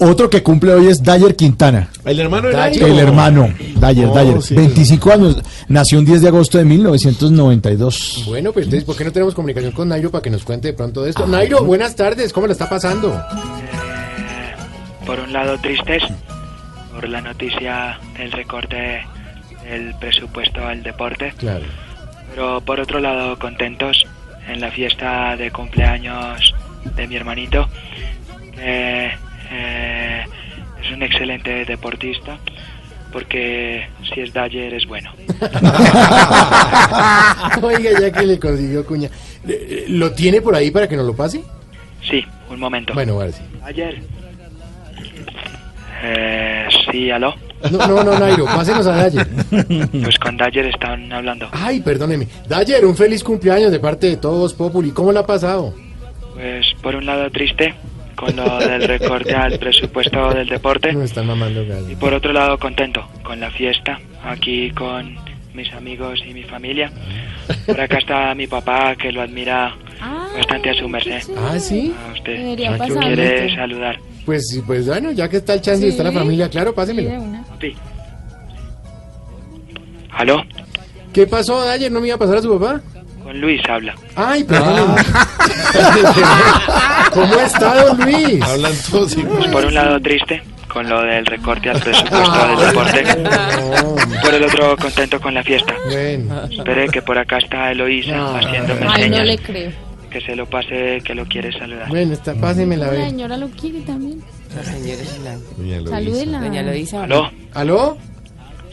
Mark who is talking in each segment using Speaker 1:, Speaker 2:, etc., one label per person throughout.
Speaker 1: Otro que cumple hoy es Dayer Quintana,
Speaker 2: El hermano de Nacho.
Speaker 1: el hermano. Dayer,
Speaker 2: Oh,
Speaker 1: Dayer.
Speaker 2: sí,
Speaker 1: 25 años, nació un 10 de agosto de 1992.
Speaker 3: Bueno, pues entonces, ¿por qué no tenemos comunicación con Nairo para que nos cuente de pronto de
Speaker 2: Ah,
Speaker 3: esto? Nairo, buenas tardes, ¿cómo le está pasando?
Speaker 4: Por un lado tristes por la noticia del recorte del presupuesto al deporte,
Speaker 3: Claro.
Speaker 4: pero por otro lado contentos en la fiesta de cumpleaños de mi hermanito, que eh, es un excelente deportista, porque si es Dayer es bueno.
Speaker 3: Oiga, ya que le consiguió cuña. Eh, eh, ¿Lo tiene por ahí para que nos lo pase?
Speaker 4: Sí, un momento.
Speaker 3: Bueno, ahora sí.
Speaker 4: Dayer. Eh, sí, aló.
Speaker 3: No, no, no, Nairo, pásenos a Dayer.
Speaker 4: Pues con Dayer están hablando.
Speaker 3: Ay, perdóneme. Dayer, un feliz cumpleaños de parte de todos, Populi. ¿Cómo le ha pasado?
Speaker 4: Pues por un lado triste con lo del recorte al presupuesto del deporte
Speaker 3: No están mamando
Speaker 4: y
Speaker 3: gallo.
Speaker 4: por otro lado contento con la fiesta aquí con mis amigos y mi familia. Por acá está mi papá que lo admira
Speaker 5: Ah,
Speaker 4: bastante a su merced.
Speaker 3: Ah, sí.
Speaker 4: A usted
Speaker 5: Debería
Speaker 4: lo
Speaker 5: pasar.
Speaker 4: quiere saludar.
Speaker 3: Pues, sí, pues bueno, ya que está el chance y está la
Speaker 5: Sí.
Speaker 3: familia, claro,
Speaker 5: Sí, de
Speaker 3: pásemelo.
Speaker 5: una.
Speaker 4: Papi. ¿Aló?
Speaker 3: ¿Qué pasó, Dayer? ¿No me iba a pasar a su papá?
Speaker 4: Con Luis habla.
Speaker 3: Ay, perdóneme. ¿Cómo está, don Luis?
Speaker 2: Hablan todos
Speaker 4: Pues
Speaker 2: igual.
Speaker 4: por un lado triste con lo del recorte al presupuesto del deporte.
Speaker 3: No,
Speaker 4: Por el otro contento con la fiesta.
Speaker 3: bueno.
Speaker 4: Espere que por acá está Eloísa haciéndome
Speaker 5: Ay, no
Speaker 4: señas.
Speaker 5: le creo.
Speaker 4: Que se lo pase, que lo quiere saludar.
Speaker 3: Bueno, está, pásemela, a
Speaker 5: La
Speaker 3: ver.
Speaker 5: señora lo quiere también.
Speaker 2: Doña Eloísa.
Speaker 5: Salúdela.
Speaker 6: Doña Loisa.
Speaker 4: ¿Aló?
Speaker 3: ¿Aló?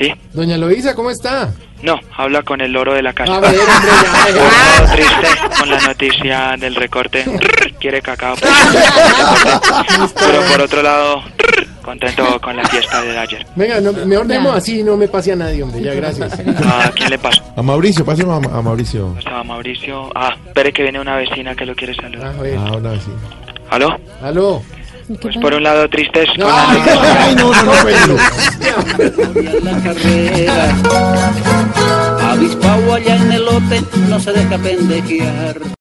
Speaker 4: ¿Sí?
Speaker 3: Doña Loisa, ¿cómo está?
Speaker 4: No, habla con el loro de la casa.
Speaker 3: A ver, hombre,
Speaker 4: Por
Speaker 3: ya.
Speaker 4: un lado triste con la noticia del recorte. Quiere cacao. Pero por otro lado, contento con la fiesta de ayer.
Speaker 3: Venga, no, mejor demos
Speaker 5: Ya.
Speaker 3: así, no me pase a nadie, hombre. Ya, gracias.
Speaker 4: ¿A Ah, quién le pasó?
Speaker 2: A Mauricio, pásame a, a Mauricio.
Speaker 4: Estaba Mauricio. Ah, espere que viene una vecina que lo quiere
Speaker 3: A
Speaker 4: saludar.
Speaker 3: ver.
Speaker 2: Ah, una vecina.
Speaker 4: ¿Aló?
Speaker 3: ¿Aló?
Speaker 5: ¿Qué
Speaker 4: Pues
Speaker 5: pasa?
Speaker 4: por un lado tristes con la
Speaker 3: Ay,
Speaker 1: Ay, no, no, no, pero-
Speaker 6: la carrera. Avispado allá en el lote, no se deja pendejear.